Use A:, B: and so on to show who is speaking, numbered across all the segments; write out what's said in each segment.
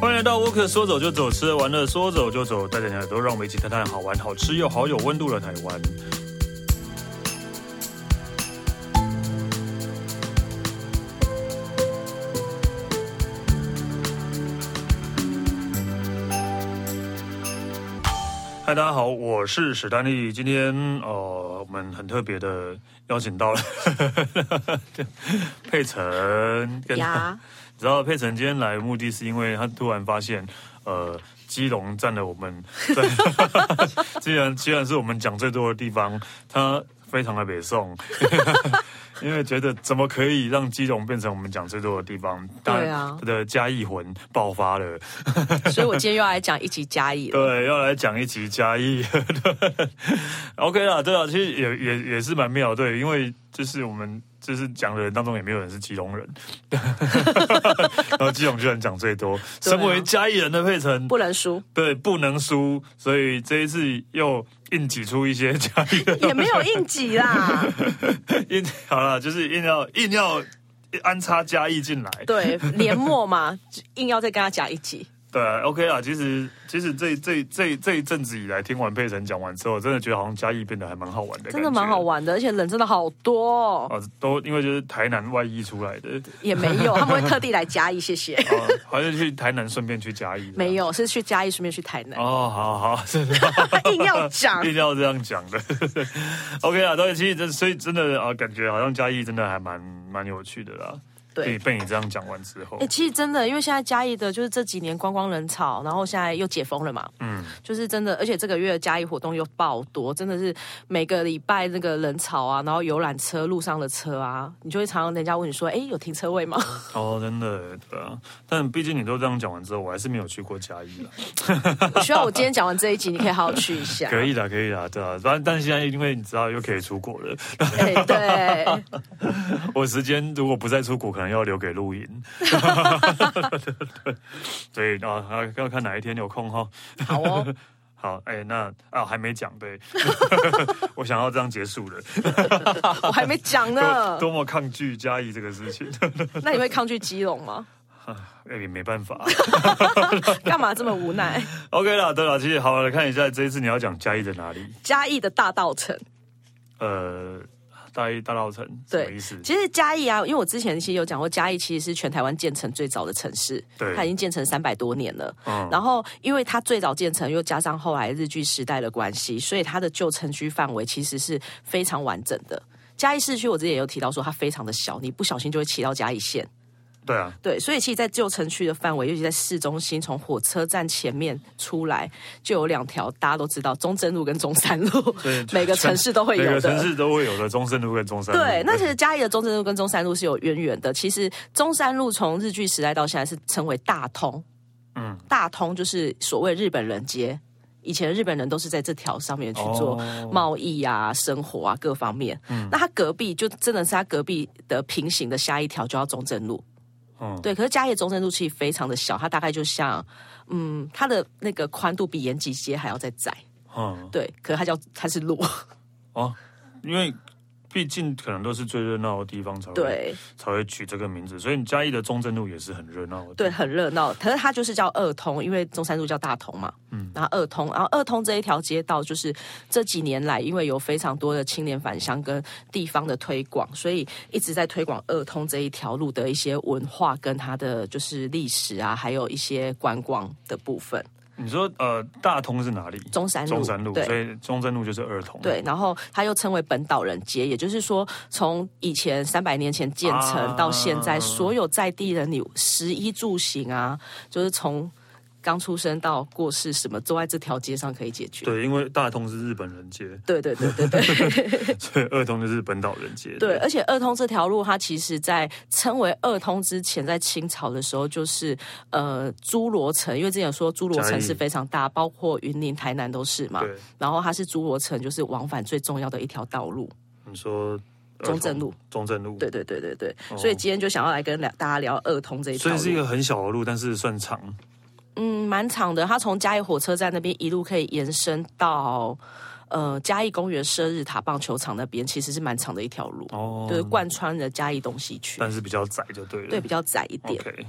A: 欢迎来到沃克，说走就走，吃完了说走就走，带着你的耳朵，让我们一起探探好玩、好吃又好有温度的台湾。嗨，大家好，我是史丹利。今天呃，我们很特别的邀请到了 佩岑跟
B: 呀，
A: 你知道佩岑今天来的目的是因为他突然发现，呃，基隆占了我 们，对，既然既然是我们讲最多的地方，他非常的北 宋，因为觉得怎么可以让基隆变成我们讲最多的地方？当然
B: 对啊
A: 他的嘉义魂爆发了，
B: 所以我今天又要来讲一集嘉义 了。
A: 对，要来讲一集嘉义 对，OK 啦，对啊，其实也也也是蛮妙，对，因为就是我们就是讲的人当中也没有人是基隆人，然后基隆居然讲最多，
B: 对啊
A: 身为嘉义人的佩岑，
B: 不能输，
A: 对，不能输，所以这一次又硬挤出一些嘉义的，
B: 也没有应急啦。
A: 硬好啦，就是硬要硬要安插嘉义进来，
B: 对，年末嘛，硬要再跟他讲一集。
A: 对啊，OK 啦。其实，其实这这这这一阵子以来，听完佩晨讲完之后，真的觉得好像嘉义变得还蛮好玩的感觉，
B: 真的蛮好玩的，而且人真的好多、哦，
A: 啊。都因为就是台南外溢出来的，
B: 也没有，他们会特地来嘉义，谢谢。
A: 啊，好像去台南顺便去嘉义，
B: 没
A: 有。
B: 有，是去嘉义顺便去台南，
A: 哦，好好，是的，
B: 硬要讲
A: 一。定要这样讲的。OK 啦，对，其实真所以真的啊，感觉好像嘉义真的还蛮蛮有趣的啦。被
B: 对，
A: 被你这样讲完之后
B: 哎、，其实真的，因为现在嘉义的就是这几年观光人潮，然后现在又解封了嘛，
A: 嗯，
B: 就是真的，而且这个月嘉义活动又爆多，真的是每个礼拜那个人潮啊，然后游览车路上的车啊，你就会常常人家问你说，哎，有停车位吗？
A: 哦，真的，对啊。但毕竟你都这样讲完之后，我还是没有去过嘉义啦。
B: 需要我今天讲完这一集，你可以好好去一下。
A: 可以啦，可以啦，对啊。但但现在因为你知道又可以出国了，
B: 哎、对，
A: 我时间如果不再出国，可能要留给露营。对，所以啊，啊要看哪一天有空哈。
B: 好哦，
A: 好，哎、那啊还没讲对， 我想要这样结束了，
B: 我还没讲呢
A: 多。多么抗拒嘉义这个事情，
B: 那你会抗拒基隆吗？
A: 哎、也没办法。
B: 干嘛这么无奈？
A: OK 啦，对啦，其实好来看一下这一次你要讲嘉义的哪里？
B: 嘉义的大道城，
A: 呃，大义大稻城什么
B: 对
A: 意思，？
B: 其实嘉义啊，因为我之前其实有讲过，嘉义其实是全台湾建成最早的城市，
A: 对
B: 它已经建成三百多年了。
A: 嗯
B: 然后，因为它最早建成，又加上后来日据时代的关系，所以它的旧城区范围其实是非常完整的。嘉义市区我之前也有提到说，它非常的小，你不小心就会骑到嘉义县。
A: 对啊，
B: 对，所以其实，在旧城区的范围，尤其在市中心，从火车站前面出来，就有两条大家都知道中正路跟中山路
A: 对，
B: 每个城市都会有
A: 每
B: 的。
A: 个城市都会有的中山路跟中山路。
B: 对，那其实嘉义的中山路跟中山路是有渊源的。其实中山路从日据时代到现在是称为大通，
A: 嗯
B: 嗯，大通就是所谓日本人街。以前日本人都是在这条上面去做
A: 哦嗯
B: 贸易啊、生活啊各方面。那他隔壁就真的是他隔壁的平行的下一条就要中正路。
A: 嗯
B: 对，可是嘉义的中正路其实非常的小，它大概就像，嗯，它的那个宽度比延吉街还要再窄。
A: 嗯
B: 对，可是它叫它是路。
A: 哦，因为毕竟可能都是最热闹的地方才会
B: 对，
A: 才会取这个名字，所以你嘉义的中正路也是很热闹的。
B: 对，，很热闹。可是它就是叫二通，因为中山路叫大同嘛。嗯，然后二通，然后二通这一条街道，就是这几年来，因为有非常多的青年返乡跟地方的推广，所以一直在推广二通这一条路的一些文化跟它的就是历史啊，还有一些观光的部分。
A: 你说呃，大通是哪里？
B: 中山路，
A: 中山路，
B: 对
A: 所以中正路就是二通。
B: 对，然后它又称为本岛人街，也就是说，从以前三百年前建
A: 啊
B: 成到现在，所有在地人，你食衣住行啊，就是从刚出生到过世，什么都在这条街上可以解决。
A: 对，因为大通是日本人街，
B: 对对对对对
A: 所以二通就是本岛人街。
B: 对，，而且二通这条路，它其实在称为二通之前，在清朝的时候，就是呃诸罗城，因为之前有说诸罗
A: 嘉义
B: 城是非常大，包括云林、台南都是嘛
A: 对。
B: 然后它是诸罗城，就是往返最重要的一条道路。
A: 你说二通
B: 中正路，
A: 中正路，
B: 对，对对对对，所以今天就想要来跟大家聊二通这一
A: 哦所
B: 条
A: 以是一
B: 路，
A: 个很小的路，但是算长。
B: 嗯，蛮长的。它从嘉义火车站那边一路可以延伸到呃嘉义公园射日塔棒球场那边，其实是蛮长的一条路，
A: 哦，
B: 就是贯穿着嘉义东西区
A: 但，是比较窄就对了。
B: 对，比较窄一点。
A: OK，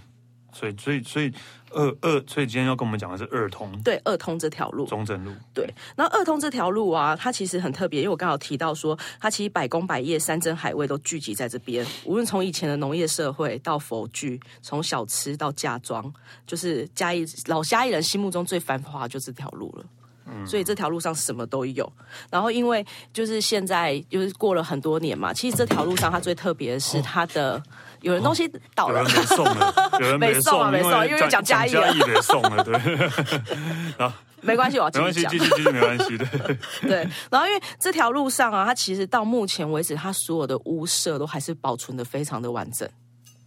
A: 所以所以所以二二，所以今天要跟我们讲的是二通
B: 对二通这条路，
A: 中正路，
B: 对，那二通这条路啊，它其实很特别，因为我刚好提到说，它其实百工百业、山珍海味都聚集在这边。无论从以前的农业社会到佛具，从小吃到嫁妆，就是嘉义老嘉义人心目中最繁华的就是这条路了。
A: 嗯
B: 所以这条路上什么都有。然后因为就是现在就是过了很多年嘛，其实这条路上它最特别的是它
A: 哦
B: 的有人东西倒
A: 有
B: 了
A: 人，没送了， 有人没
B: 没送啊
A: 送，
B: 没送啊因为讲
A: 嘉
B: 嘉义了
A: 义没送了， 对，
B: 没关系，我要继
A: 没关
B: 续
A: 系，
B: 讲
A: 继。续继续没关系， 对，
B: 对，然后因为这条路上啊，它其实到目前为止，它所有的屋舍都还是保存的非常的完整，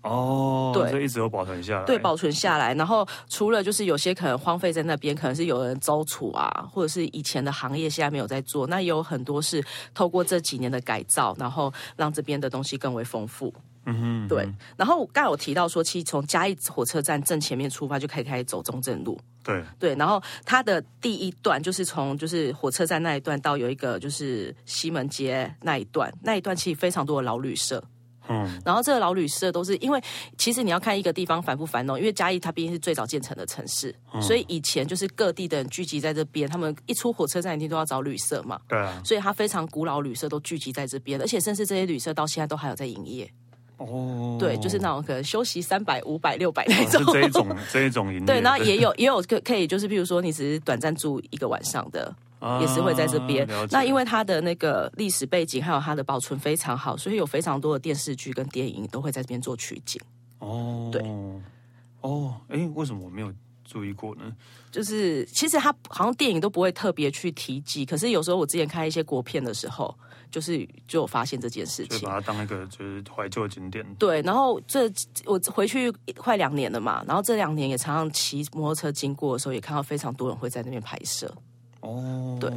A: 哦，
B: 对
A: 所以一直有保存下来，
B: 对，保存下来。然后除了就是有些可能荒废在那边，可能是有人周处啊，或者是以前的行业现在没有在做，那也有很多是透过这几年的改造，然后让这边的东西更为丰富。
A: 嗯哼，嗯哼
B: 对，然后我刚才有提到说，其实从嘉义火车站正前面出发就可以开始走中正路，
A: 对，
B: 对，然后它的第一段就是从就是火车站那一段到有一个就是西门街那一段，那一段其实非常多的老旅社。
A: 嗯，
B: 然后这个老旅社都是因为，其实你要看一个地方繁不繁荣，因为嘉义它毕竟是最早建成的城市，
A: 嗯
B: 所以以前就是各地的人聚集在这边，他们一出火车站一定都要找旅社嘛，
A: 对啊，
B: 所以它非常古老旅社都聚集在这边，而且甚至这些旅社到现在都还有在营业，
A: 哦，
B: 对，就是那种可能休息三百、五百、六百那
A: 哦是。
B: 种
A: 这一种这一种营业，
B: 对，然后也有也有可可以，就是譬如说你只是短暂住一个晚上的，
A: 啊
B: 也是会在这边。
A: 了解
B: 那因为它的那个历史背景还有它的保存非常好，所以有非常多的电视剧跟电影都会在这边做取景。
A: 哦，
B: 对，
A: 哦，哎，为什么我没有注意过呢？
B: 就是其实它好像电影都不会特别去提及，可是有时候我之前看一些国片的时候，就是就有发现这件事
A: 就
B: 情
A: 把。它当一个就是怀旧景点，
B: 对，然后这我回去快两年了嘛，然后这两年也常常骑摩托车经过的时候，也看到非常多人会在那边拍摄，
A: 哦，
B: 对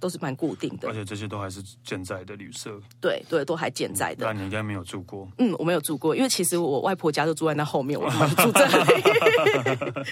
B: 都是蛮固定
A: 而
B: 的。
A: 且这些都还是健在的旅社，
B: 对对，都还健在的
A: 但。你应该没有住过。
B: 嗯，我没有住过，因为其实我外婆家就住在那后面，我没有住这里。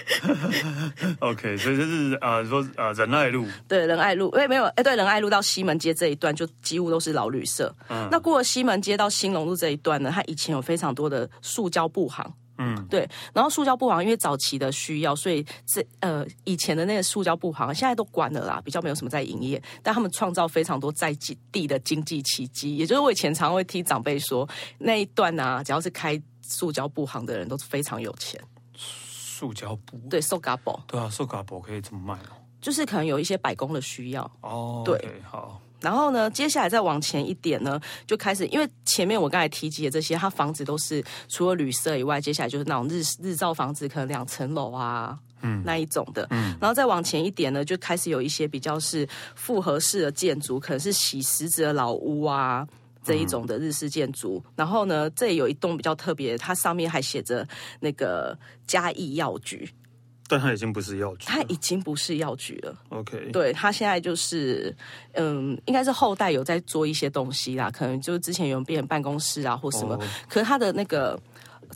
A: OK，所以就是呃说呃仁爱路，
B: 对，仁爱路，哎，没有，哎，对，仁爱路到西门街这一段就几乎都是老旅社。那过了西门街到兴隆路这一段呢，它以前有非常多的塑胶布行。
A: 嗯，
B: 对，然后塑胶布行因为早期的需要，所以这呃以前的那个塑胶布行现在都关了啦，比较没有什么在营业，但他们创造非常多在地的经济奇迹。也就是我以前常会听长辈说，那一段啊，只要是开塑胶布行的人都非常有钱，
A: 塑胶布，
B: 对，受嘎宝
A: 对啊，塑胶布可以这么卖哦。
B: 就是可能有一些百工的需要。
A: 哦，
B: 对
A: OK，好，
B: 然后呢，接下来再往前一点呢，就开始，因为前面我刚才提及的这些，它房子都是除了旅社以外，接下来就是那种日日照房子，可能两层楼啊，嗯，那一种的。嗯，然后再往前一点呢，就开始有一些比较是复合式的建筑，可能是洗石子的老屋啊。这一种的日式建筑，然后呢，这里有一栋比较特别，它上面还写着那个嘉义药局，
A: 但它已经不是药局
B: 它已经不是药局了，
A: ，OK，
B: 对他现在就是，嗯，应该是后代有在做一些东西啦，可能就是之前有人变成办公室啊或什么，
A: 哦
B: 可是他的那个。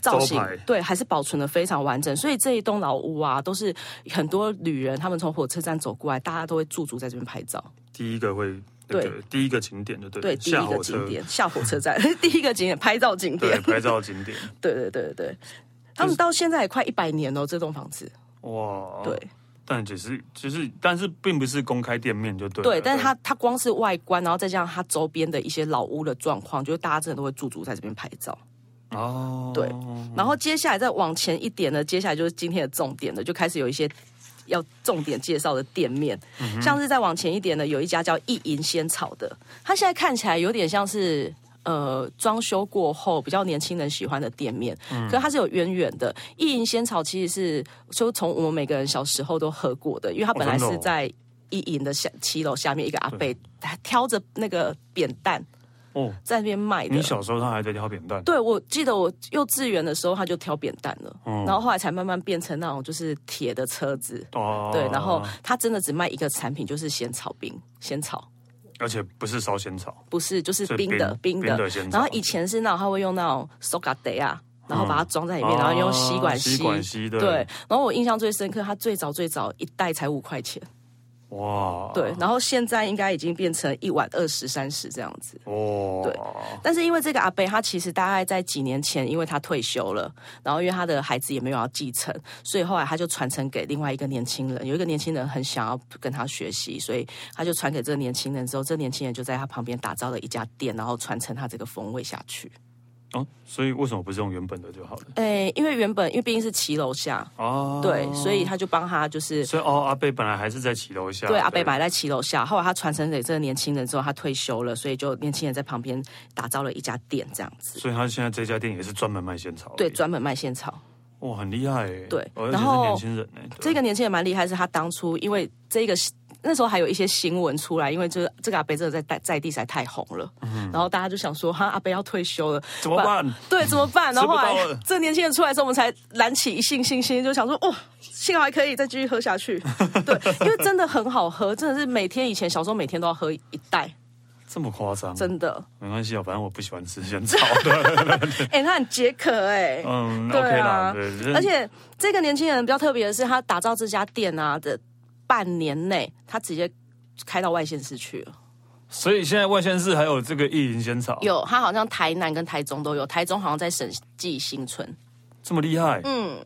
B: 造型
A: 招牌
B: 对，还是保存的非常完整，所以这一栋老屋啊，都是很多旅人他们从火车站走过来，大家都会驻足在这边拍照。
A: 第一个会那个
B: 对
A: 第一个景点就对了，
B: 对，第一
A: 下
B: 个
A: 火车
B: 景，点下火车站， 第一个景点拍照景
A: 对
B: 点，，
A: 拍照景 点，
B: 对对对对对，他们到现在也快一百年了，这栋房子，
A: 哇，
B: 哦对、，
A: 但只是就是，但是并不是公开店面就对了，
B: 对，但是它它光是外观，然后再加上它周边的一些老屋的状况，就是大家真的都会驻足在这边拍照。
A: 哦，
B: 对然后接下来再往前一点呢，接下来就是今天的重点了，就开始有一些要重点介绍的店面，
A: 嗯
B: 像是再往前一点呢，有一家叫意银仙草的，它现在看起来有点像是。呃，装修过后比较年轻人喜欢的店面，
A: 嗯
B: 可是它是有渊源的。意银仙草其实是就从我们每个人小时候都喝过的，因为它本来
A: 真的
B: 是
A: 哦
B: 在意银的下七楼下面一个阿伯，他挑着那个扁担
A: 哦，
B: 在那边卖的。
A: 你小时候他还在挑扁担，
B: 对，我记得我幼稚园的时候，他就挑扁担了，
A: 嗯
B: 然后后来才慢慢变成那种就是铁的车子。
A: 哦，
B: 对，然后他真的只卖一个产品，就是仙草冰，仙草
A: 而且不是烧仙草，
B: 不是就是
A: 是
B: 冰的
A: 冰
B: 冰的。
A: 冰的仙草
B: 然后以前是那种他会用那种 s o g a d 啊，然后把它装在里面，
A: 哦
B: 然后用吸管
A: 吸管吸对
B: 对，然后我印象最深刻，他最早最早一袋才五块钱，
A: 哇，
B: 对，然后现在应该已经变成一碗二十三十这样子。
A: 哇，
B: 对但是因为这个阿贝，他其实大概在几年前，因为他退休了，然后因为他的孩子也没有要继承，所以后来他就传承给另外一个年轻人。有一个年轻人很想要跟他学习，所以他就传给这个年轻人之后，这年轻人就在他旁边打造了一家店，然后传承他这个风味下 去。
A: 哦，所以为什么不是用原本的就好了？
B: 诶，哎因为原本因为毕竟是骑楼下，
A: 啊，
B: 对，所以他就帮他就是。
A: 所以哦，阿贝本来还是在骑楼下，
B: 啊对，阿贝摆在骑楼下，后来他传承给这个年轻人之后，他退休了，所以就年轻人在旁边打造了一家店这样子，
A: 所以他现在这家店也是专门卖仙草，
B: 对，，专门卖仙草。
A: 哇，很厉害耶，
B: 对
A: 而且
B: 然
A: 是
B: 后
A: 年轻人哎，对
B: 这个年轻人蛮厉害，是他当初因为这个那时候还有一些新闻出来，因为这这个阿贝真的在在在地实在太红了，
A: 嗯
B: 然后大家就想说哈阿贝要退休了，
A: 怎么办？
B: 对，怎么办？然后后
A: 吃
B: 来
A: 不到了
B: 这年轻人出来之后，我们才燃起一信信心，就想说，哦，幸好还可以再继续喝 下去。对，因为真的很好喝，真的是每天以前小时候每天都要喝一袋，
A: 这么夸张？
B: 真的。
A: 没关系啊，反正我不喜欢吃仙草的，
B: 哎、它很解渴哎、
A: 嗯
B: 对
A: ，OK 啦，
B: 啊
A: 对，就是
B: 而且这个年轻人比较特别的是，他打造这家店啊的半年内，他直接开到外县市去了。
A: 所以现在外县市还有这个意林仙草，
B: 有，他好像台南跟台中都有，台中好像在审计 新村。
A: 这么厉害，
B: 嗯，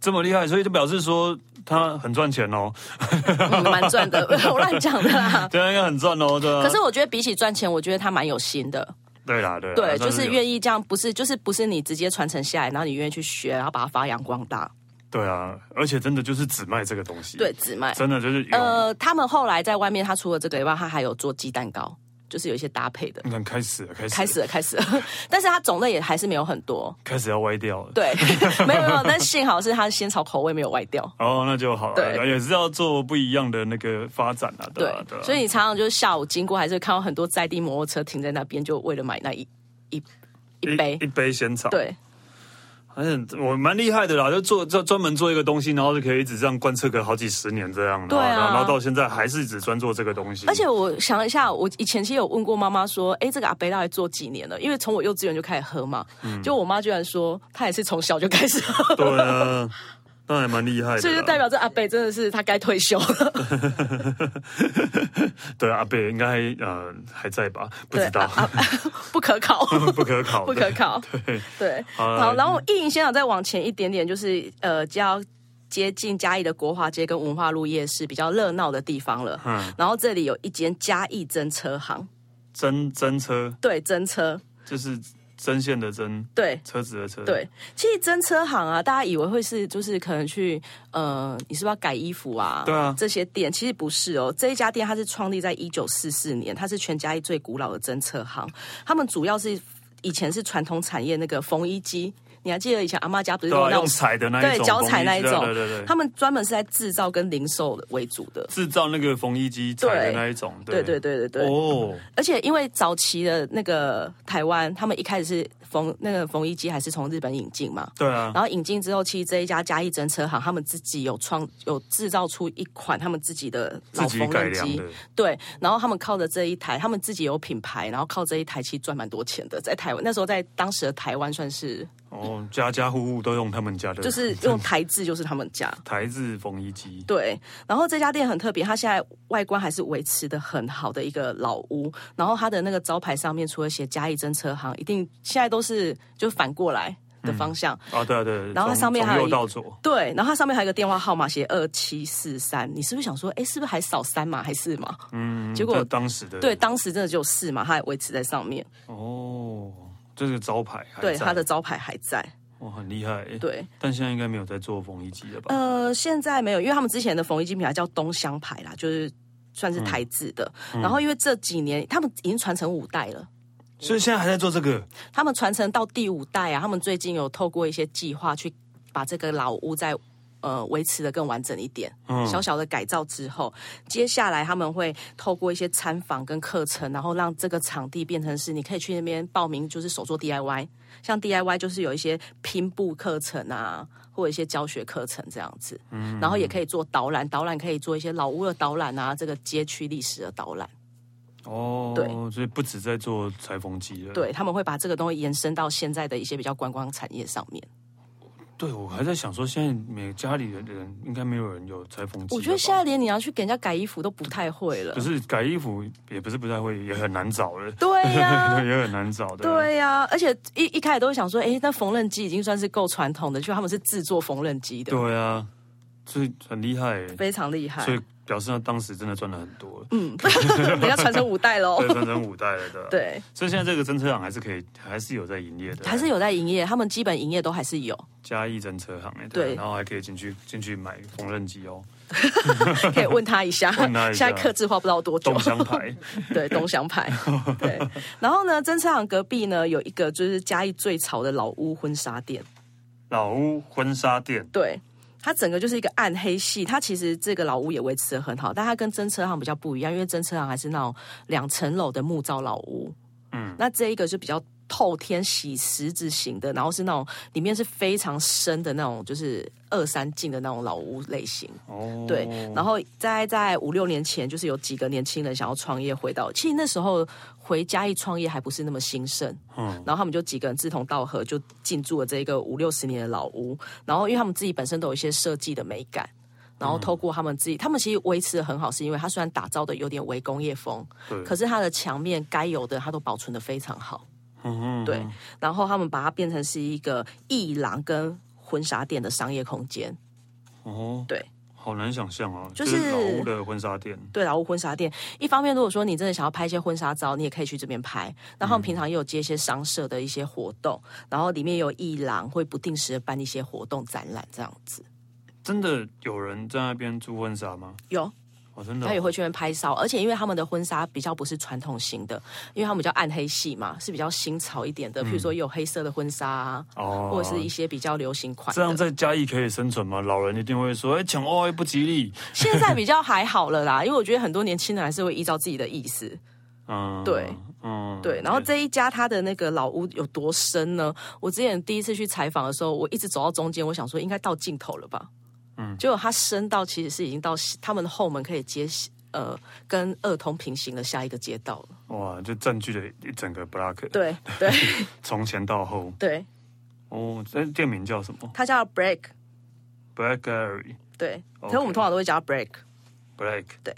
A: 这么厉害，所以就表示说他很赚钱哦，
B: 嗯蛮赚的， 我乱讲的啦。
A: 对啊，应该很赚哦，对啊。
B: 可是我觉得比起赚钱，我觉得他蛮有心的。
A: 对啦，对啦，啊
B: 对，
A: 但
B: 就是
A: 有
B: 愿意这样，不是就是不是你直接传承下来，然后你愿意去学，然后把它发扬光大，
A: 对啊，而且真的就是只卖这个东西，
B: 对，，只卖。
A: 真的就是有。
B: 呃，他们后来在外面，他除了这个以外，他还有做鸡蛋糕，就是有一些搭配的。
A: 你看，开始了，开始了，
B: 开始了，开始了， 但是它种类也还是没有很多，
A: 开始要歪掉了。
B: 对， 没有没有，但幸好是它仙草口味没有歪掉，
A: 哦，那就好了，
B: 对
A: 也是要做不一样的那个发展啊，对
B: 对
A: 啊，对啊，
B: 所以你常常就是下午经过，还是会看到很多在地摩托车停在那边，就为了买那一一一杯
A: 一，杯仙草，，
B: 对，
A: 而且我蛮厉害的啦，就做专专门做一个东西，然后就可以一直这样贯彻个好几十年这样，
B: 对啊
A: 然后然后到现在还是只专做这个东西，
B: 而且我想一下，我以前其实有问过妈妈说，哎，这个阿伯大概做几年了？因为从我幼稚园就开始喝嘛，就我妈居然说她也是从小就开始喝，
A: 对啊，那还蛮厉害的啦，
B: 所以就代表这阿伯真的是他该退休了。
A: 对啊阿贝应该呃还在吧，不
B: 对，
A: 知道
B: 啊，啊不可考，
A: 不可考，
B: 不可考。
A: 对。
B: 对，
A: 好啦
B: 好，然后意营先长再往前一点点，就是呃，叫。接近嘉义的国华街跟文化路夜市比较热闹的地方了，
A: 嗯
B: 然后这里有一间嘉义真车行，
A: 真真车
B: 对真车，
A: 就是针线的针，
B: 对
A: 车子的车。，
B: 对，其实真车行啊，大家以为会是就是可能去呃，你是不是要改衣服啊？
A: 对啊
B: 这些店其实不是哦。这一家店它是创立在一九四四年，它是全嘉义最古老的真车行。他们主要是以前是传统产业那个缝衣机，你还记得以前阿妈家不是
A: 对
B: 都有
A: 啊，
B: 那种
A: 用踩的那一
B: 对
A: 种，
B: 脚踩那一种，
A: 对对对对，
B: 他们专门是在制造跟零售为主的。
A: 制造那个缝衣机踩的
B: 对
A: 那一种，
B: 对对对对对，
A: 哦，
B: 而且因为早期的那个台湾，他们一开始是缝那个缝衣机还是从日本引进嘛，
A: 对啊，
B: 然后引进之后，其实这一家嘉义真车行他们自己有创有制造出一款他们自己的
A: 自
B: 老
A: 己
B: 缝
A: 改
B: 纫
A: 良
B: 机
A: 的，，
B: 对，然后他们靠着这一台，他们自己有品牌，然后靠这一台其实赚蛮多钱的，在台湾那时候在当时的台湾算是
A: 哦，家家户户都用他们家的，
B: 就是用台制就是他们家。
A: 台制缝衣机，
B: 对，然后这家店很特别，它现在外观还是维持的很好的一个老屋。然后它的那个招牌上面除了写嘉义真车行，一定现在都是就反过来的方向。
A: 啊，对啊对，
B: 然后它
A: 从
B: 上面
A: 从
B: 还有
A: 右
B: 一
A: 到左，
B: 对，然后它上面还有一个电话号码写二七四三，你是不是想说，哎，是不是还少三嘛，还是嘛？
A: 嗯，
B: 结果
A: 这当时的
B: 对，当时真的只有四嘛，它还维持在上面，
A: 哦，这个招牌还
B: 对，
A: 在
B: 它的招牌还在。
A: 哇很厉害，
B: 对，
A: 但现在应该没有在做缝衣机了吧？
B: 呃，现在没有，因为他们之前的缝衣机品牌叫东乡牌啦，就是算是台制的。然后因为这几年他们已经传承五代了。
A: 所以现在还在做这个，
B: 他们传承到第五代啊，他们最近有透过一些计划去把这个老屋再呃维持的更完整一点，
A: 嗯
B: 小小的改造之后，接下来他们会透过一些参访跟课程，然后让这个场地变成是你可以去那边报名，就是手做 DIY，像 DIY 就是有一些拼布课程啊。或者一些教学课程这样子，然后也可以做导览，导览可以做一些老屋的导览啊，这个街区历史的导览。
A: 哦，
B: 对
A: 所以不止在做裁缝机了，
B: 对，他们会把这个东西延伸到现在的一些比较观光产业上面。
A: 对我还在想说，现在每家里的人应该没有人有裁缝机了吧。
B: 我觉得现在连你要去给人家改衣服都不太会了
A: 可。是改衣服也不是不太会，也很难找了，
B: 对 呀、
A: 也很难找的。
B: 对呀、而且一一开始都会想说，哎，那缝纫机已经算是够传统的，就他们是制作缝纫机的，
A: 对啊，所以很厉害耶，
B: 非常厉害
A: 所。以表示他当时真的赚了很多了，
B: 嗯，人家传承五代 喽
A: 对，。赚成五代了的。，
B: 对，
A: 所以现在这个真车行还是可以，还是有在营业的，
B: 还是有在营业，他们基本营业都还是有，
A: 嘉义真车行哎，
B: 对
A: 然后还可以进去进去买缝纫机 哦，
B: 可以问他一下。
A: 问他一
B: 现
A: 下
B: 在刻字化不知道多久
A: 东。乡牌，
B: 对，东乡派。对，然后呢，真车行隔壁呢有一个就是嘉义最潮的老屋婚纱店，
A: 老屋婚纱店，
B: 对。它整个就是一个暗黑系，它其实这个老屋也维持的很好，但它跟真车行比较不一样，因为真车行还是那种两层楼的木造老屋，嗯，那这一个就比较透天喜石子型的，然后是那种里面是非常深的那种，就是二三进的那种老屋类型。
A: 哦，
B: 对，然后在在五六年前，就是有几个年轻人想要创业回到，其实那时候回嘉义创业还不是那么兴盛，
A: 嗯
B: 然后他们就几个人志同道合，就进驻了这个五六十年的老屋，然后因为他们自己本身都有一些设计的美感。然后透过他们自己，他们其实维持的很好，是因为它虽然打造的有点微工业风，
A: 对，
B: 可是它的墙面该有的它都保存的非常好。
A: 嗯
B: 对，然后他们把它变成是一个艺廊跟婚纱店的商业空间。
A: 哦，
B: 对，
A: 好难想象哦，
B: 就
A: 就是是老屋的婚纱店，
B: 对，然后婚纱店，一方面如果说你真的想要拍一些婚纱照，你也可以去这边拍。然后他们平
A: 嗯
B: 常也有接一些商社的一些活动，然后里面也有艺廊会不定时的办一些活动展览这样子。
A: 真的有人在那边租婚纱吗？
B: 有，
A: 哦，真的哦，
B: 他也会去那边拍照，而且因为他们的婚纱比较不是传统型的，因为他们比较暗黑系嘛，是比较新潮一点的，譬如说也有黑色的婚纱、啊，
A: 嗯哦，
B: 或者是一些比较流行款
A: 这样
B: 的。
A: 在嘉义可以生存吗？老人一定会说，哎、抢 O A 不吉利。
B: 现在比较还好了啦，因为我觉得很多年轻人还是会依照自己的意思。
A: 嗯，
B: 对，
A: 嗯，
B: 对，然后这一家它的那个老屋有多深呢？我之前第一次去采访的时候，我一直走到中间，我想说应该到尽头了吧，嗯，结果它深到其实是已经到他们的后门可以接呃跟二通平行的下一个街道了。
A: 哇，就占据了一整个 block，
B: 对对
A: 从前到后。
B: 对，
A: 哦，这店名叫什么
B: 它叫 Break，
A: ？Blackberry
B: 对，
A: OK
B: 可是我们通常都会叫它 Break，
A: Black，
B: 对，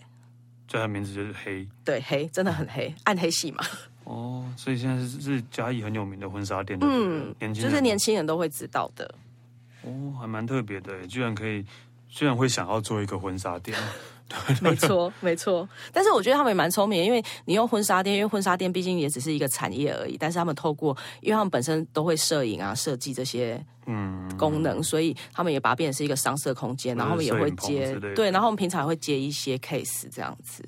A: 就它名字就是黑。
B: 对，黑真的很黑，暗黑系嘛，
A: 哦，所以现在是是嘉义很有名的婚纱店，
B: 嗯
A: 嗯，，年轻
B: 就
A: 人
B: 是年轻人都会知道的。
A: 哦，还蛮特别的，居然可以，居然会想要做一个婚纱店，
B: 没错，没错。但是我觉得他们也蛮聪明的，因为你用婚纱店，因为婚纱店毕竟也只是一个产业而已，但是他们透过，因为他们本身都会摄影啊、设计这些
A: 嗯，
B: 功能，所以他们也把它变成是一个商社空间，然后他们也会
A: 摄影
B: 接
A: 棚之类的
B: 对，然后我们平常也会接一些 case 这样子。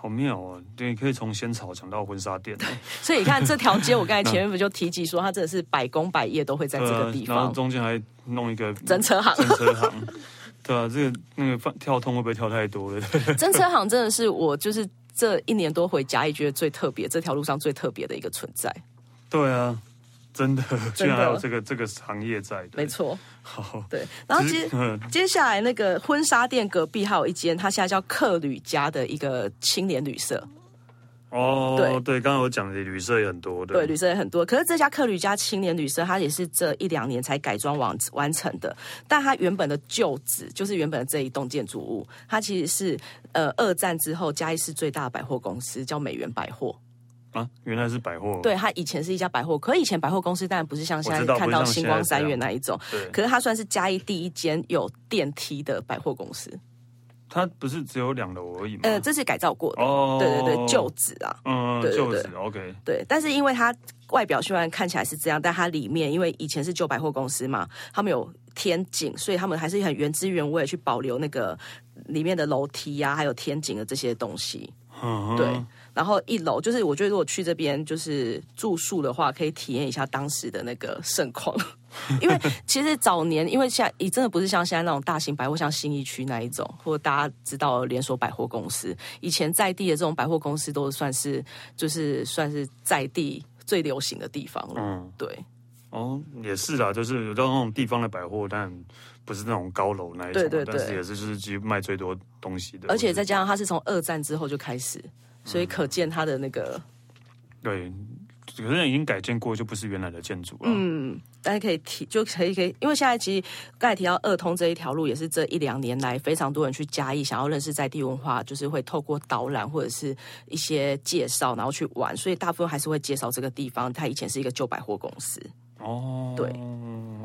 A: 好妙哦！对，可以从仙草讲到婚纱店，
B: 所以你看这条街，我刚才前面不就提及说，它真的是百工百业都会在这个地
A: 对啊然后
B: 方，
A: 中间还弄一 个
B: 真 车行。
A: 整车行。对啊，这个那个放跳通会不会跳太多了？
B: 真车行真的是我就是这一年多回家，也觉得最特别，这条路上最特别的一个存在。
A: 对啊，真的，居然还有这个这个行业在的，
B: 没。错，
A: 好，
B: 对。然后
A: 只是
B: 接
A: 嗯
B: 接下来那个婚纱店隔壁还有一间，它现在叫客旅家的一个青年旅社，
A: 哦
B: 对，
A: 对，刚刚我讲的旅社也很多的，
B: 对，旅社也很多。可是这家客旅家青年旅社，它也是这一两年才改装完完成的，但它原本的旧址就是原本的这一栋建筑物，它其实是呃二战之后嘉义市最大的百货公司，叫美元百货。
A: 啊，原来是百货，
B: 对，它以前是一家百货，可以前百货公司当然不是像现
A: 我
B: 在
A: 知道
B: 看
A: 不是像
B: 到星光三月那一种，
A: 对，
B: 可是它算是嘉义第一间有电梯的百货公司。
A: 哦它不是只有两楼而已吗？
B: 呃，这是改造过的，
A: 哦
B: 对对对，旧址啊。
A: 嗯，
B: 对对
A: 就
B: 对
A: 是 OK，
B: 对，但是因为它外表虽然看起来是这样，但它里面因为以前是旧百货公司嘛，他们有天井，所以他们还是很原汁原味地去保留那个里面的楼梯呀、还有天井的这些东西。
A: 嗯哼
B: 对，然后一楼就是我觉得如果去这边就是住宿的话，可以体验一下当时的那个盛况。因为其实早年，因为现在也真的不是像现在那种大型百货，像新一区那一种，或者大家知道的连锁百货公司，以前在地的这种百货公司都算是就是算是在地最流行的地方了。
A: 嗯，
B: 对
A: 哦，也是啦，就是有到那种地方的百货，但不是那种高楼那一种，啊
B: 对对对
A: 但是也是就是几乎卖最多东西的，
B: 而且
A: 或
B: 再
A: 是
B: 加上它是从二战之后就开始，所以可见它的那个
A: 对，可是已经改建过，就不是原来的建筑了。
B: 嗯，大家可以提，就可以可以，因为现在其实刚才提到二通这一条路，也是这一两年来非常多人去嘉义，想要认识在地文化，就是会透过导览或者是一些介绍，然后去玩，所以大部分还是会介绍这个地方。它以前是一个旧百货公司，
A: 哦，
B: 对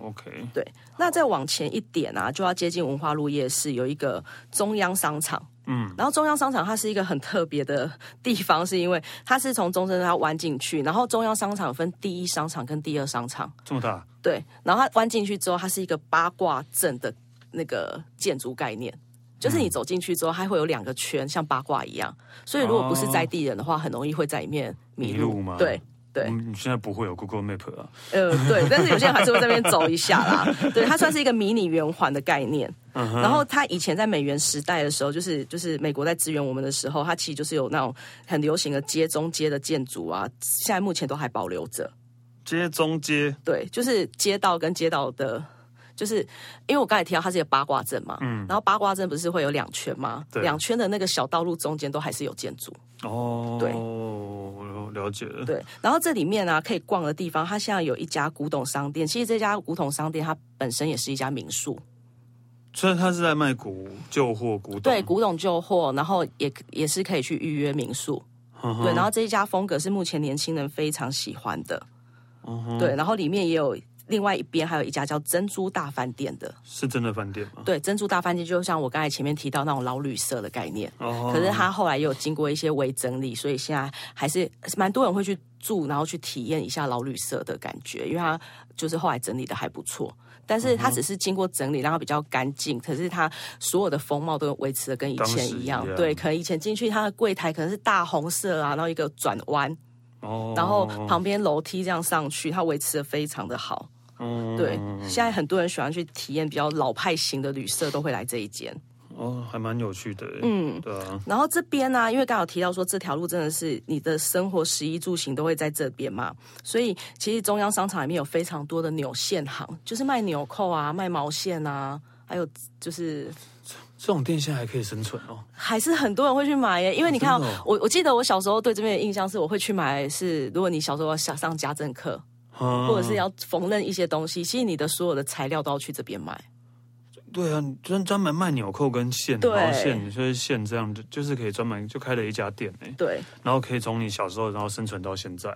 A: ，OK，
B: 对。那再往前一点啊，就要接近文化路夜市，有一个中央商场。
A: 嗯，
B: 然后中央商场它是一个很特别的地方，是因为它是从中山它弯进去，然后中央商场有分第一商场跟第二商场，
A: 这么大，
B: 对，然后它弯进去之后，它是一个八卦阵的那个建筑概念，就是你走进去之后，它会有两个圈，像八卦一样。所以如果不是在地人的话，很容易会在里面迷路
A: 迷路吗
B: 对。对，
A: 嗯，你现在不会有 Google Map 啊？
B: 呃，对，但是有些人还是会在那边走一下啦。对，它算是一个迷你圆环的概念。
A: 嗯哼
B: 然后它以前在美元时代的时候，就是就是美国在支援我们的时候，它其实就是有那种很流行的街中街的建筑啊，现在目前都还保留着。
A: 街中街，
B: 对，就是街道跟街道的，就是因为我刚才提到它是一个八卦阵嘛，嗯，然后八卦阵不是会有两圈吗？
A: 对
B: 两圈的那个小道路中间都还是有建筑，
A: 哦，
B: 对
A: 我了解了，
B: 对。然后这里面呢、可以逛的地方，它现在有一家古董商店，其实这家古董商店它本身也是一家民宿，
A: 虽然它是在卖古旧货、古董，
B: 对，古董旧货，然后也也是可以去预约民宿，
A: 嗯哼
B: 对。然后这一家风格是目前年轻人非常喜欢的，
A: 嗯哼
B: 对。然后里面也有另外一边还有一家叫珍珠大饭店的，
A: 是真的饭店吗？
B: 对，珍珠大饭店就像我刚才前面提到那种老旅社的概念，
A: 哦
B: 可是它后来也有经过一些微整理，所以现在还是蛮多人会去住，然后去体验一下老旅社的感觉，因为它就是后来整理的还不错。但是
A: 嗯
B: 它只是经过整理，让它比较干净，可是它所有的风貌都维持的跟以
A: 当
B: 前
A: 时
B: 一
A: 一
B: 样。
A: 样
B: 对，可能以前进去它的柜台可能是大红色啊，然后一个转弯，
A: 哦
B: 然后旁边楼梯这样上去，它维持的非常的好。
A: 嗯
B: 对，现在很多人喜欢去体验比较老派型的旅社，都会来这一间。
A: 哦，还蛮有趣的，嗯，对啊，
B: 然后这边呢、因为刚好提到说这条路真的是你的生活、食衣住行都会在这边嘛，所以其实中央商场里面有非常多的纽线行，就是卖纽扣啊、卖毛线啊，还有就是
A: 这种店现在还可以生存哦，
B: 还是很多人会去买耶。因为你看啊、
A: 真的哦
B: 我我记得我小时候对这边的印象是，我会去买是如果你小时候要想上家政课，
A: 或
B: 或者是
A: 啊
B: 要缝纫一些东西，其实你的所有的材料都要去这边买。
A: 对啊，你专专门卖纽扣跟线，
B: 对
A: 毛线就是线这样，就就是可以专门就开了一家店哎，
B: 对，
A: 然后可以从你小时候然后生存到现在，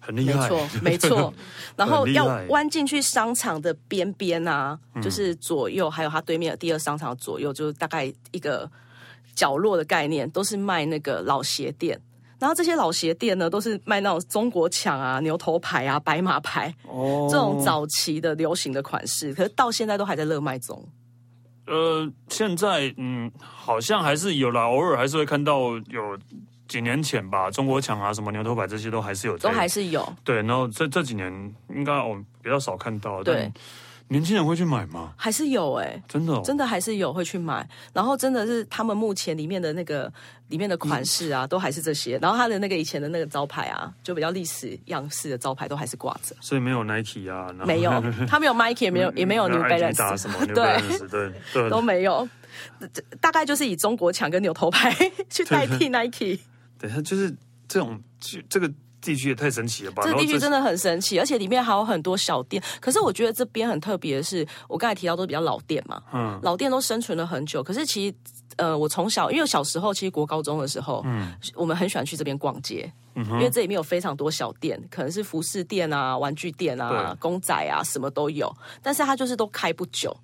A: 很厉
B: 没
A: 害，
B: 错，没错。然后
A: 很厉
B: 要
A: 害
B: 弯进去商场的边边啊，
A: 嗯
B: 就是左右，还有它对面的第二商场的左右，就是大概一个角落的概念，都是卖那个老鞋店。然后这些老鞋店呢，都是卖那种中国抢啊、牛头牌啊、白马牌
A: 哦，
B: 这种早期的流行的款式，可是到现在都还在热卖中。
A: 呃，现在嗯，好像还是有啦，偶尔还是会看到有几年前吧，中国抢啊，什么牛头牌这些都还是有在，
B: 都还是有，
A: 对。然后这这几年应该哦比较少看到，
B: 对
A: 但年轻人会去买吗？
B: 还是有哎、
A: 真的、哦，
B: 真的还是有会去买，然后真的是他们目前里面的那个里面的款式
A: 嗯
B: 啊，都还是这些，然后他的那个以前的那个招牌啊，就比较历史样式的招牌都还是挂着，
A: 所以没有 Nike 啊，嗯然后
B: 没有，他没有 Nike，也没有也没有 New
A: 打
B: Balance，
A: 什么 New
B: 对
A: Balance，对对
B: 都没有，这这大概就是以中国强跟牛头牌 去代替 Nike。
A: 等一下就是这种这这个地区也太神奇了吧？
B: 这
A: 然
B: 个
A: 后
B: 地区真的很神奇，而且里面还有很多小店。可是我觉得这边很特别的是，我刚才提到都是比较老店嘛，
A: 嗯
B: 老店都生存了很久。可是其实，呃，我从小因为小时候其实国高中的时候，
A: 嗯
B: 我们很喜欢去这边逛街，因为这里面有非常多小店，可能是服饰店啊、玩具店啊
A: 对、
B: 公仔啊，什么都有。但是它就是都开不久，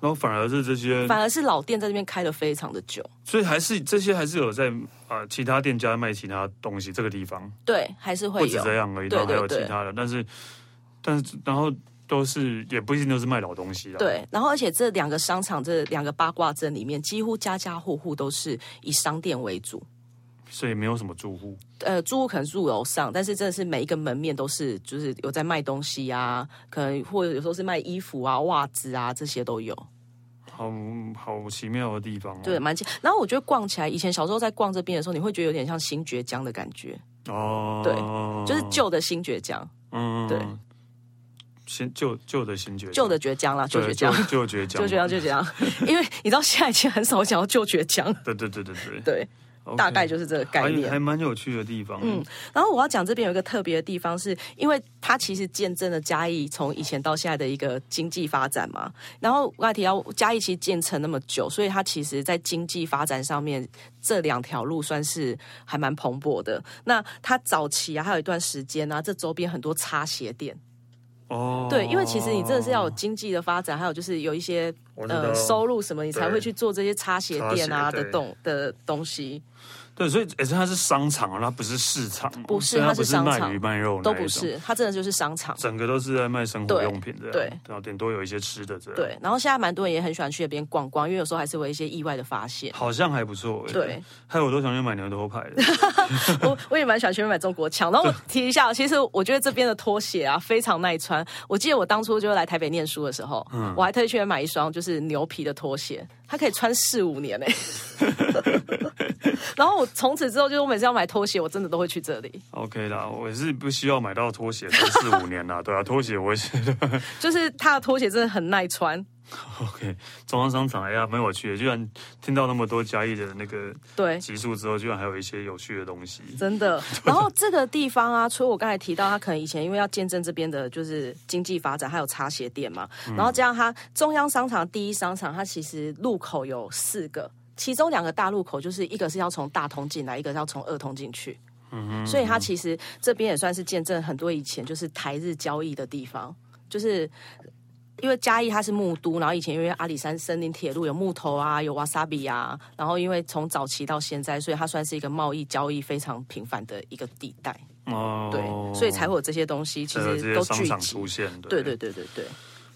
A: 然后反而是这些，
B: 反而是老店在这边开的非常的久。
A: 所以还是这些还是有在啊、呃其他店家卖其他东西，这个地方
B: 对，还是会
A: 不止
B: 有。
A: 这样而已，
B: 对
A: 然后还有
B: 对
A: 其他的，但是但是然后都是也不一定都是卖老东西啦，
B: 对，然后而且这两个商场、这两个八卦阵里面，几乎家家户户都是以商店为主。
A: 所以没有什么住户，
B: 呃，住户可能住楼上，但是真的是每一个门面都是，就是有在卖东西啊，可能或者有时候是卖衣服啊、袜子啊，这些都有。
A: 好好奇妙的地方、哦，
B: 对，蛮近。然后我觉得逛起来，以前小时候在逛这边的时候，你会觉得有点像新觉江的感觉，
A: 哦，
B: 对就是旧的新觉江，
A: 嗯
B: 对
A: 新旧旧的新觉江
B: 旧的绝江啦，旧
A: 对
B: 绝
A: 旧
B: 江，
A: 旧 绝江
B: 旧绝江，旧绝江。因为你知道现在已经很少讲到旧绝江，
A: 对对对对对。
B: 对。
A: OK
B: 大概就是这个概念
A: 还。还蛮有趣的地方。
B: 嗯，然后我要讲这边有一个特别的地方是，因为它其实见证了嘉义从以前到现在的一个经济发展嘛。然后我刚才提到嘉义其实建成那么久，所以它其实在经济发展上面这两条路算是还蛮蓬勃的。那它早期啊，还有一段时间啊，这周边很多擦鞋店，
A: 哦，
B: 对，因为其实你真的是要有经济的发展，还有就是有一些
C: 我知道
B: 呃收入什么，你才
C: 对
B: 会去做这些擦鞋店啊
C: 擦鞋
B: 的
C: 对
B: 东的东西。
A: 对，所以而且它是商场哦，它不是市场哦，
B: 不是
A: 所以它
B: 它是
A: 不
B: 商
A: 卖
B: 场
A: 鱼卖肉那
B: 都
A: 一
B: 不
A: 种，
B: 是，它真的就是商场。
A: 整个都是在卖生活
B: 对
A: 用品的，
B: 对
A: 然后顶多有一些吃的这样，，
B: 对，然后现在蛮多人也很喜欢去那边逛逛，因为有时候还是会有一些意外的发现。
A: 好像还不错。哎
B: 对，
A: 害我都想去买牛头牌 了。
B: 我我也蛮喜欢去买中国腔。然后我提一下，其实我觉得这边的拖鞋啊非常耐穿。我记得我当初就是来台北念书的时候，我还特意去买一双就是牛皮的拖鞋，它可以穿四五年呢、欸然后我从此之后，就是我每次要买拖鞋，我真的都会去这里，
A: OK 啦，我是不需要买到拖鞋才四五 年啦，对啊，拖鞋我也是
B: 就是它的拖鞋真的很耐穿。
A: OK。中央商场哎呀，蛮有趣的，居然听到那么多嘉义的那个
B: 对，
A: 集数之后，居然还有一些有趣的东西。
B: 真的。然后这个地方啊，除了我刚才提到，他可能以前因为要见证这边的就是经济发展，还有茶鞋店嘛，然后加上它中央商场第一商场，它其实路口有四个。其中两个大路口，就是一个是要从大通进来，一个是要从二通进去。所以它其实这边也算是见证很多以前就是台日交易的地方，就是。因为嘉义它是木都，然后以前因为阿里山森林铁路有木头啊，有瓦萨比啊，然后因为从早期到现在，所以它算是一个贸易交易非常频繁的一个地带，
A: 哦，
B: 对，所以才会有这些东西其
A: 才有呃这
B: 实
A: 些
B: 都
A: 商
B: 聚
A: 场
B: 集
A: 出。现。
B: 对对对对对。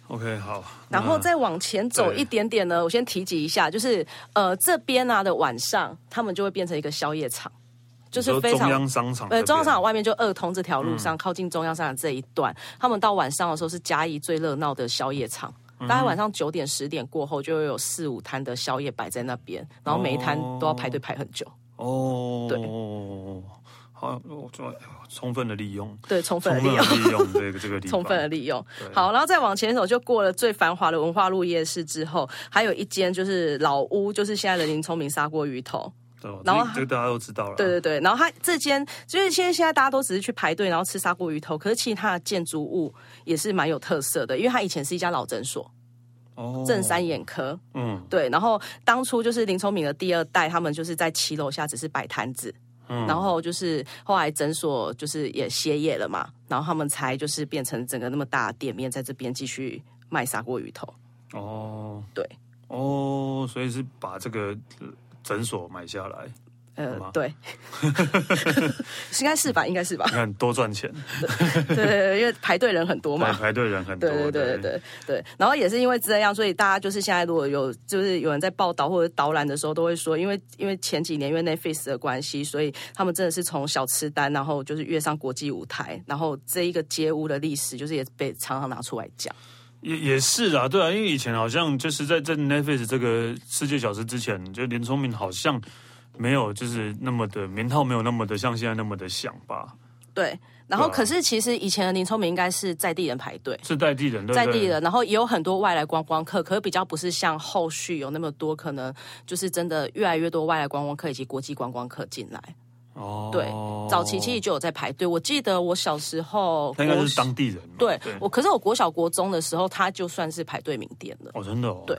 A: ，OK 好。
B: 然后
A: 那
B: 再往前走
A: 对
B: 一点点呢，我先提及一下，就是呃这边啊的晚上，他们就会变成一个宵夜场，就
A: 你说
B: 是非
A: 中
B: 常
A: 央商场这边，嗯
B: 呃，中央商场外面就二通这条路上，靠近中央商场这一段，他们到晚上的时候是嘉义最热闹的宵夜场。
A: 嗯
B: 大概晚上九点十点过后，就会有四五摊的宵夜摆在那边，然后每一摊都要排队排很久。
A: 哦，
B: 对
A: 好，我就充分的利用，
B: 对，充分
A: 充
B: 的
A: 分
B: 利
A: 的
B: 用，
A: 利用这个这个地方，
B: 充分的利用。好，然后再往前走，就过了最繁华的文化路夜市之后，还有一间就是老屋，就是现在的林聪明砂锅鱼头。
A: 对哦，
B: 然后
A: 这这个大家都知道了，
B: 对对对，然后它这间就是现在现在大家都只是去排队，然后吃砂锅鱼头，可是其实它的建筑物也是蛮有特色的，因为它以前是一家老诊所。
A: 哦，
B: 正山眼科，
A: 嗯，
B: 对，然后当初就是林聪明的第二代，他们就是在骑楼下只是摆摊子，
A: 嗯
B: 然后就是后来诊所就是也歇业了嘛，然后他们才就是变成整个那么大的店面在这边继续卖砂锅鱼头，
A: 哦，
B: 对，
A: 哦，所以是把这个呃诊所买下来，
B: 呃
A: 好吧，
B: 对，应该是吧，应该是吧
A: 你，看多赚 钱，
B: 对对对，因为排队人很多
A: 排
B: 嘛。
A: 排队人很多，
B: 对对对对对对，然后也是因为这样，所以大家就是现在如果有就是有人在报道或者导览的时候，都会说，因为因为前几年因为 Netflix 的关系，所以他们真的是从小吃单，然后就是跃上国际舞台，然后这一个街屋的历史，就是也被常常拿出来讲。
A: 也也是啦，对啊，因为以前好像就是在在 Netflix 这个世界小时之前，就连聪明好像没有就是那么的名号没有那么的像现在那么的响吧，
B: 对，然后
A: 对啊
B: 可是其实以前的林聪明应该是在地人排队。
A: 是在地人，对不对
B: 在地人，然后也有很多外来观光客，可是比较不是像后续有那么多，可能就是真的越来越多外来观光客以及国际观光客进来。
A: 哦，
B: 对，早期其实就有在排队。我记得我小时候，
A: 他应该
B: 国
A: 是当地人嘛，
B: 对我，可是我国小国中的时候，他就算是排队名店了。
A: 哦，真的哦，
B: 对，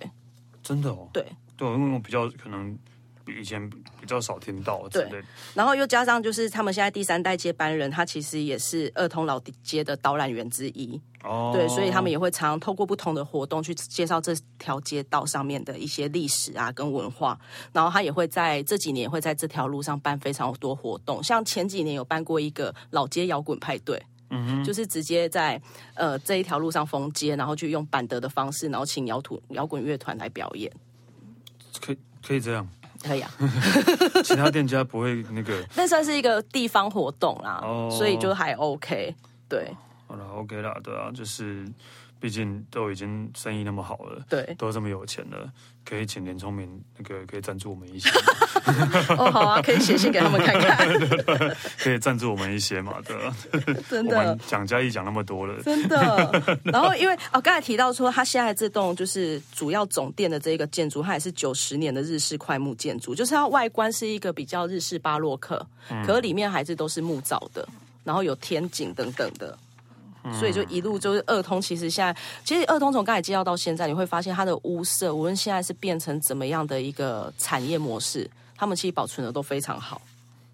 A: 真的哦，
B: 对，
A: 对，因为我比较可能比以前比较少听到之类的，
B: 然后又加上就是他们现在第三代接班人，他其实也是二通老街的导览员之一。
A: 哦，
B: 对，所以他们也会常常透过不同的活动去介绍这条街道上面的一些历史啊跟文化。然后他也会在这几年也会在这条路上办非常多活动，像前几年有办过一个老街摇滚派对。
A: 嗯
B: 就是直接在呃这一条路上封街，然后去用板德的方式，然后请摇土摇滚乐团来表演，
A: 可以可以这样，
B: 可以啊。
A: 其他店家不会那个，
B: 那算是一个地方活动啦，
A: 哦
B: 所以就还 OK。对，
A: 好了，OK 啦，对啊，就是毕竟都已经生意那么好了，
B: 对，
A: 都这么有钱了，可以请连聪明那个可以赞助我们一些，
B: 哦，好啊，可以写信给他们看看，
A: 可以赞助我们一些嘛，对吧？
B: 真
A: 我
B: 的
A: 们。讲嘉义讲那么多了，
B: 真的，然后因为哦，刚才提到说，它现在这栋就是主要总店的这个建筑，它也是九十年的日式快木建筑，就是它外观是一个比较日式巴洛克，可是里面还是都是木造的，然后有天井等等的。所以就一路就是二通，其实现在其实二通从刚才介绍到现在，你会发现它的屋舍，无论现在是变成怎么样的一个产业模式，他们其实保存的都非常好。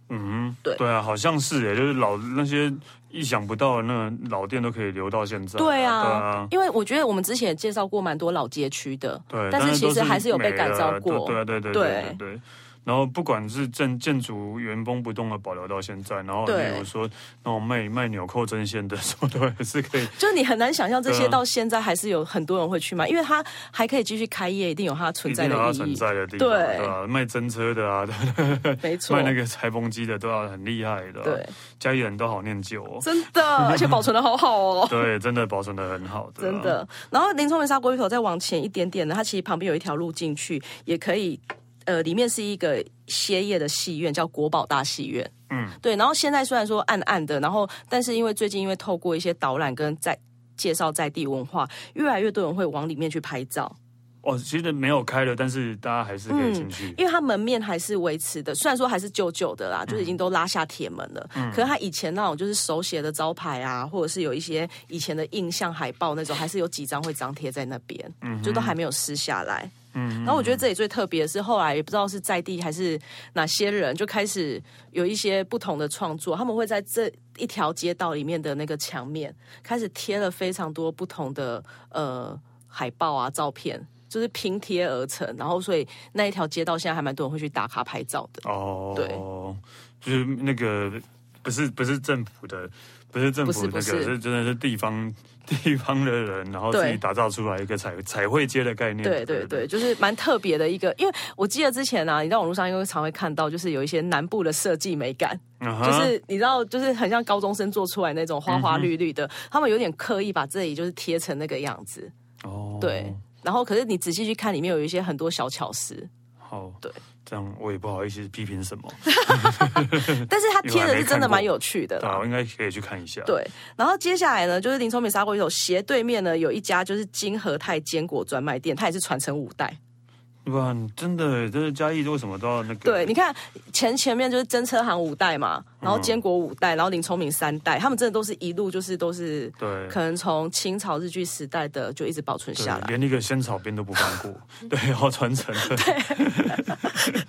A: 嗯，
B: 对
A: 对啊，好像是耶，就是老那些意想不到的那个老店都可以留到现在，
B: 对
A: 对
B: 啊
A: 啊，。
B: 因为我觉得我们之前也介绍过蛮多老街区的，
A: 对，
B: 但是其
A: 都
B: 实还是有被
A: 美
B: 改
A: 的
B: 造过
A: 对对对对
B: 对
A: 对对。然后不管是建建筑原封不动的保留到现在，然后
B: 对
A: 比如说那种卖卖纽扣针线的 什么都还是可以，
B: 就是你很难想象这
A: 对
B: 些
A: 啊
B: 到现在还是有很多人会去买，因为它还可以继续开业，一定有它存
A: 一
B: 在
A: 定
B: 的
A: 有它
B: 意
A: 存
B: 义。
A: 在的地方，
B: 对
A: 对吧、卖真车的啊，对
B: 没错，
A: 卖那个裁缝机的都要很厉害的、啊
B: 对，，
A: 家里人都好念旧、哦，
B: 真的，而且保存的好好哦。
A: 对，真的保存的很好的、啊
B: 真。的，然后林聪明砂锅鱼头再往前一点点呢，它其实旁边有一条路进去，也可以，呃，里面是一个歇业的戏院，叫国宝大戏院。
A: 嗯，
B: 对。然后现在虽然说暗暗的，然后但是因为最近因为透过一些导览跟在介绍在地文化，越来越多人会往里面去拍照。
A: 哦，其实没有开了，但是大家还是可以进去。
B: 嗯因为它门面还是维持的，虽然说还是旧旧的啦，就是已经都拉下铁门了。可是它以前那种就是手写的招牌啊，或者是有一些以前的印象海报那种，还是有几张会张贴在那边，就都还没有撕下来。
A: 嗯
B: 然后我觉得这里最特别的是，后来也不知道是在地还是哪些人，就开始有一些不同的创作，他们会在这一条街道里面的那个墙面开始贴了非常多不同的呃海报啊、照片，就是拼贴而成。然后所以那一条街道现在还蛮多人会去打卡拍照的，
A: 哦，
B: 对，
A: 就是那个不是不是政府的，不是政
B: 不
A: 府
B: 是
A: 那
B: 不
A: 个，
B: 是
A: 真的是地方地方的人，然后
B: 对
A: 自己打造出来一个彩彩绘街的概念。
B: 对对对，，就是蛮特别的一个。因为我记得之前啊，你在网络上应该常会看到，就是有一些南部的设计美感，
A: 嗯
B: 就
A: 哼
B: 是你知道，就是很像高中生做出来那种花花绿绿
A: 嗯
B: 的，他们有点刻意把这里就是贴成那个样子，
A: 哦，
B: 对。然后，可是你仔细去看，里面有一些很多小 巧思，
A: 好，
B: 对，
A: 这样我也不好意思批评什么，
B: 但是它贴的是真的蛮有趣的
A: 对啊，
B: 啦。
A: 我应该可以去看一下。，
B: 对，然后接下来呢，就是林聪明砂锅鱼头斜对面呢有一家就是金和泰坚果专卖店，它也是传承五代。
A: 哇，真的，真的嘉义为什么都要那个？
B: 对，你看前前面就是真车行五代嘛，
A: 嗯
B: 然后坚果五代，然后林聪明三代，他们真的都是一路就是都是
A: 对
B: 可能从清朝日据时代的就一直保存
A: 对
B: 下来。
A: 连那个仙草边都不放 过，对，好传承啊的，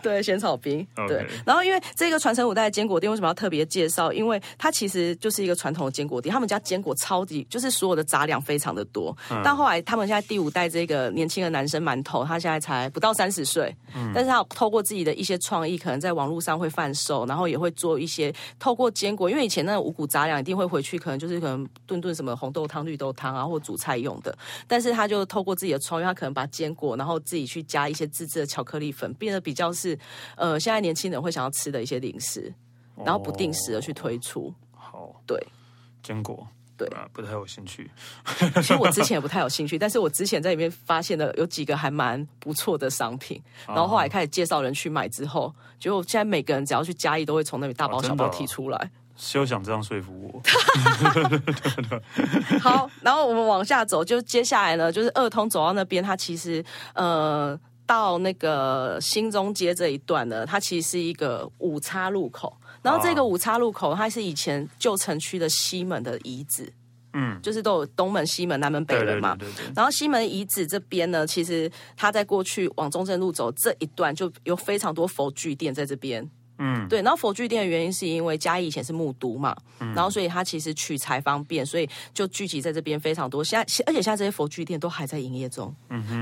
B: 对，仙草冰。
A: OK
B: 对，然后因为这个传承五代的坚果店为什么要特别介绍？因为它其实就是一个传统的坚果店，他们家坚果超级就是所有的杂粮非常的多。但后来他们现在第五代这个年轻的男生馒头，他现在才不到三十岁，但是他有透过自己的一些创意，可能在网络上会贩售，然后也会做一些透过坚果，因为以前那个五谷杂粮一定会回去，可能就是可能炖炖什么红豆汤、绿豆汤啊，或煮菜用的。但是他就透过自己的创意，他可能把坚果，然后自己去加一些自制的巧克力粉，变得比较是呃现在年轻人会想要吃的一些零食，
A: 哦
B: 然后不定时的去推出。
A: 好
B: 对，
A: 坚果。
B: 对
A: 啊，不太有兴趣。
B: 其实我之前也不太有兴趣，但是我之前在里面发现了有几个还蛮不错的 商品，然后
A: 哦
B: 后来开始介绍人去买之后，结果现在每个人只要去嘉义都会从那里大包
A: 哦
B: 小
A: 真的
B: 包
A: 哦
B: 提出来。
A: 休想这样说服我。
B: 好，然后我们往下走，就接下来呢，就是二通走到那边，它其实呃到那个新中街这一段呢，它其实是一个五岔路口。然后这个
A: 哦
B: 五岔路口，它是以前旧城区的西门的遗址，
A: 嗯，
B: 就是都有东门、西门、南门、北
A: 对
B: 门
A: 对
B: 嘛
A: 对。对对。
B: 然后西门遗址这边呢，其实它在过去往中正路走这一段，就有非常多佛具店在这边。
A: 嗯，
B: 对，然后佛具店的原因是因为嘉义以前是木都嘛，然后所以它其实取材方便，所以就聚集在这边非常多。现在，现而且现在这些佛具店都还在营业中。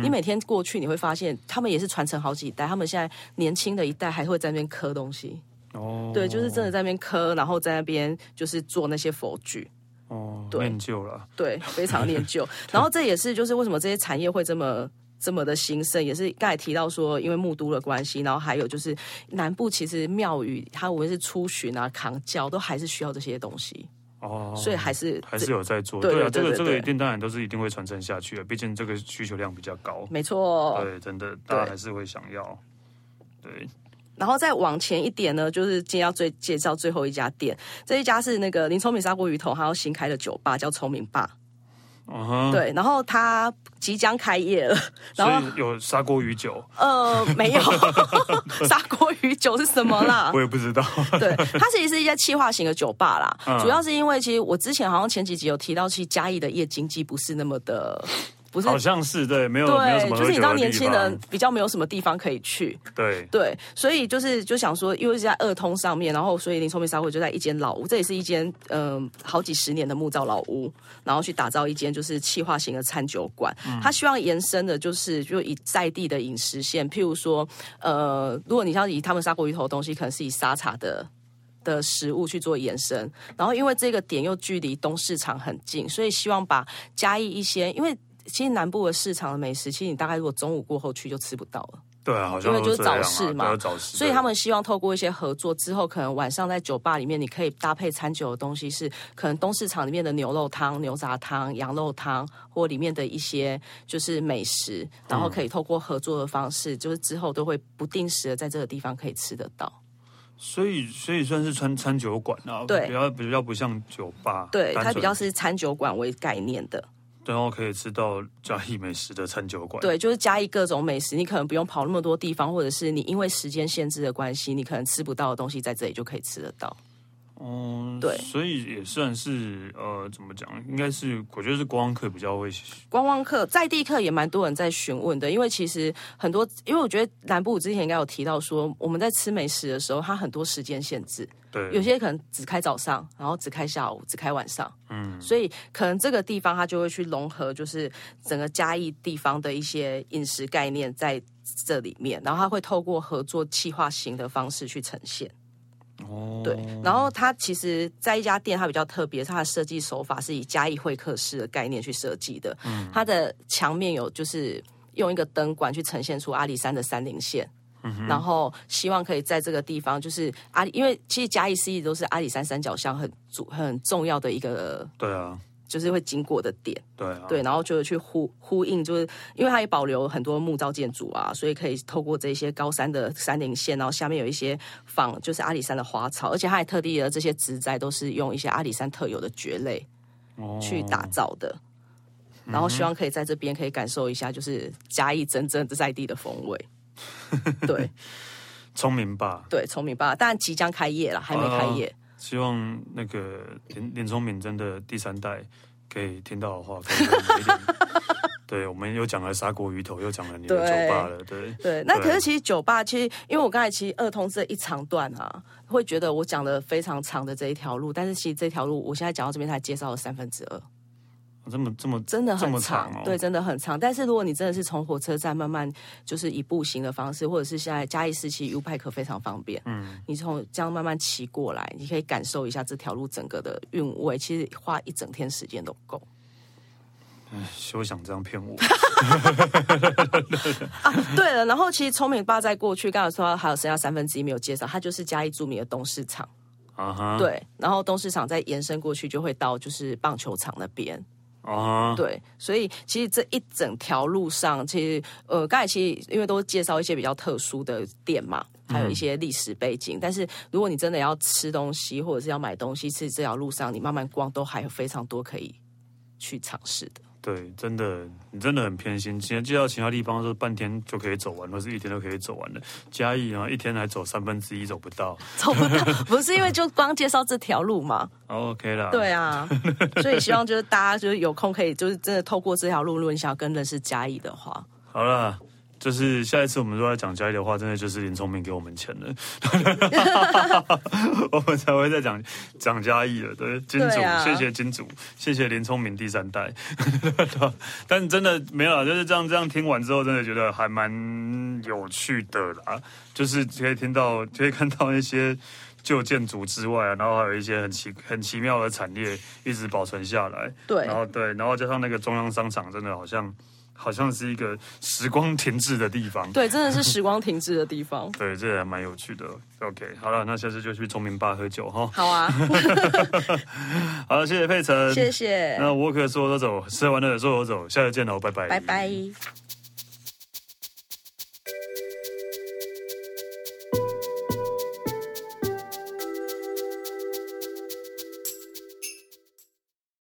B: 你每天过去，你会发现他们也是传承好几代，他们现在年轻的一代还会在那边刻东西。
A: 哦，
B: 对，就是真的在那边刻，然后在那边就是做那些佛具。
A: 哦，
B: 对
A: 念旧了。
B: 对，非常念 旧。然后这也是就是为什么这些产业会这么。这么的兴盛，也是刚才提到说，因为木都的关系，然后还有就是南部其实庙宇，它无论是出巡啊、扛轿，都还是需要这些东西。
A: 哦，
B: 所以还是
A: 还是有在做。
B: 对
A: 对啊，
B: 对
A: 这个
B: 对
A: 这个
B: 对
A: 一定当然都是一定会传承下去的，啊毕竟这个需求量比较高。
B: 没错。
A: 对，真的，大家还是会想要。对，
B: 然后再往前一点呢，就是今天要最介绍最后一家店，这一家是那个林聪明砂锅鱼头，还有新开的酒吧叫聪明吧，
A: 嗯哼，
B: 对，然后它即将开业了，然后
A: 所以有砂锅鱼酒，
B: 呃没有 砂锅鱼酒是什么啦
A: 我？也不知道。
B: 对，它其实是一家企划型的酒吧啦，
A: 嗯
B: 主要是因为其实我之前好像前几集有提到，其实嘉义的夜经济不是那么的，不 是
A: 好像是对，没有没有什
B: 对，
A: 么
B: 就
A: 喝酒
B: 是你知道
A: 的
B: 年
A: 地
B: 轻人
A: 方。
B: 比较没有什么地方可以去，
A: 对，
B: 对，所以就是就想说，因为是在二通上面，然后所以林聪明沙会就在一间老屋，这也是一间嗯、好几十年的木造老屋，然后去打造一间就是气化型的餐酒馆。他希望延伸的就是就以在地的饮食线，譬如说呃，如果你像以他们砂锅鱼头的东西，可能是以沙茶的。的食物去做延伸，然后因为这个点又距离东市场很近，所以希望把嘉义一些，因为其实南部的市场的美食，其实你大概如果中午过后去就吃不到了。
A: 对啊，好像
B: 因为
A: 都
B: 就是
A: 这样啊
B: 早市嘛
A: 对啊早市。
B: 所以
A: 对
B: 他们希望透过一些合作之后，可能晚上在酒吧里面，你可以搭配餐酒的东西是可能东市场里面的牛肉汤、牛杂汤、羊肉汤，或里面的一些就是美食，然后可以透过合作的方式，就是之后都会不定时的在这个地方可以吃得到。
A: 所以所以算是餐餐酒馆啊，
B: 对
A: 比较比较不像酒吧，
B: 对，
A: 单
B: 它
A: 纯
B: 比较是餐酒馆为概念的，
A: 然后可以吃到嘉义美食的餐酒馆，，
B: 对，就是加一各种美食，你可能不用跑那么多地方，或者是你因为时间限制的关系，你可能吃不到的东西，在这里就可以吃得到。
A: 嗯，
B: 对
A: 所以也算是呃，怎么讲，应该是我觉得是观光客比较会，
B: 观光客、在地客也蛮多人在询问的，因为其实很多，因为我觉得南部之前应该有提到说，我们在吃美食的时候，它很多时间限制，
A: 对，
B: 有些可能只开早上，然后只开下午，只开晚上，嗯，所以可能这个地方它就会去融合，就是整个嘉义地方的一些饮食概念在这里面，然后它会透过合作企划型的方式去呈现。
A: 哦，
B: 对，然后它其实在一家店，它比较特别，它的设计手法是以嘉义会客室的概念去设计的。它的墙面有就是用一个灯管去呈现出阿里山的山林线。然后希望可以在这个地方，就是阿里，因为其实嘉义市一直都是阿里山三角巷很主很重要的一个，
A: 对啊，
B: 就是会经过的点。
A: 对啊，
B: 对，然后就是去呼呼应，就是因为它也保留很多木造建筑啊，所以可以透过这些高山的山林线，然后下面有一些仿就是阿里山的花草，而且它还特地的这些植栽都是用一些阿里山特有的蕨类
A: 哦
B: 去打造的。然后希望可以在这边可以感受一下，就是嘉义真正在地的风味。 对
A: 聪明吧，
B: 对，聪明吧，但即将开业了，还没开业。
A: 希望那个林林聪明真的第三代可以听到的话，可 以给我们一点对，我们又讲了砂锅鱼头，又讲了你的
B: 对
A: 酒吧了，对，
B: 对，那
A: 对
B: 可是其实酒吧，其实因为我刚才其实二通这一长段啊，会觉得我讲的非常长的这一条路，但是其实这条路我现在讲到这边才介绍了三分之二，
A: 这么这么
B: 真的
A: 这
B: 很
A: 么
B: 长，
A: 长哦
B: 对，真的很长。但是如果你真的是从火车站慢慢就是以步行的方式，或者是现在嘉义市其实 U Bike 非常方便，嗯，你从这样慢慢骑过来，你可以感受一下这条路整个的韵味，其实花一整天时间都够。
A: 休想这样骗 我。
B: 啊对了，然后其实聪明爸在过去刚才说还有剩下三分之一没有介绍，它就是嘉义著名的东市场。
A: 啊哈，
B: 对，然后东市场再延伸过去，就会到就是棒球场那边。
A: 啊哈，
B: 对，所以其实这一整条路上，其实呃，刚才其实因为都介绍一些比较特殊的店嘛，还有一些历史背景。但是如果你真的要吃东西或者是要买东西，其实这条路上你慢慢逛，都还有非常多可以去尝试的。
A: 对，真的，你真的很偏心。其实介绍其他地方是半天就可以走完，或是一天都可以走完的。嘉义啊，一天还走三分之一走不到。
B: 走不到，不是因为就光介绍这条路嘛？
A: 哦 OK 啦，
B: 对啊，所以希望就是大家就是有空可以就是真的透过这条路，如果你想要跟认识嘉义的话，
A: 好啦，就是下一次我们如果要讲嘉义的话，真的就是林聪明给我们钱了， 我们才会再讲讲嘉义了。对，金主，
B: 对啊
A: 谢谢金主，谢谢林聪明第三代。 但真的没有啦，就是这样这样听完之后，真的觉得还蛮有趣的啦。就是可以听到，可以看到一些旧建筑之外啊，然后还有一些很奇很奇妙的产业一直保存下来。哦
B: 对
A: 然后对，然后加上那个中央商场，真的好像好像是一个时光停滞的地方。。
B: 对，真的是时光停滞的地方
A: 对，这还蛮有趣的。OK，好了，那下次就去崇明吧喝酒哈。
B: 好啊，
A: 好，谢谢佩晨，
B: 谢谢，
A: 那我可说走走，吃完了说走走，下次见喽，拜拜，
B: 拜拜。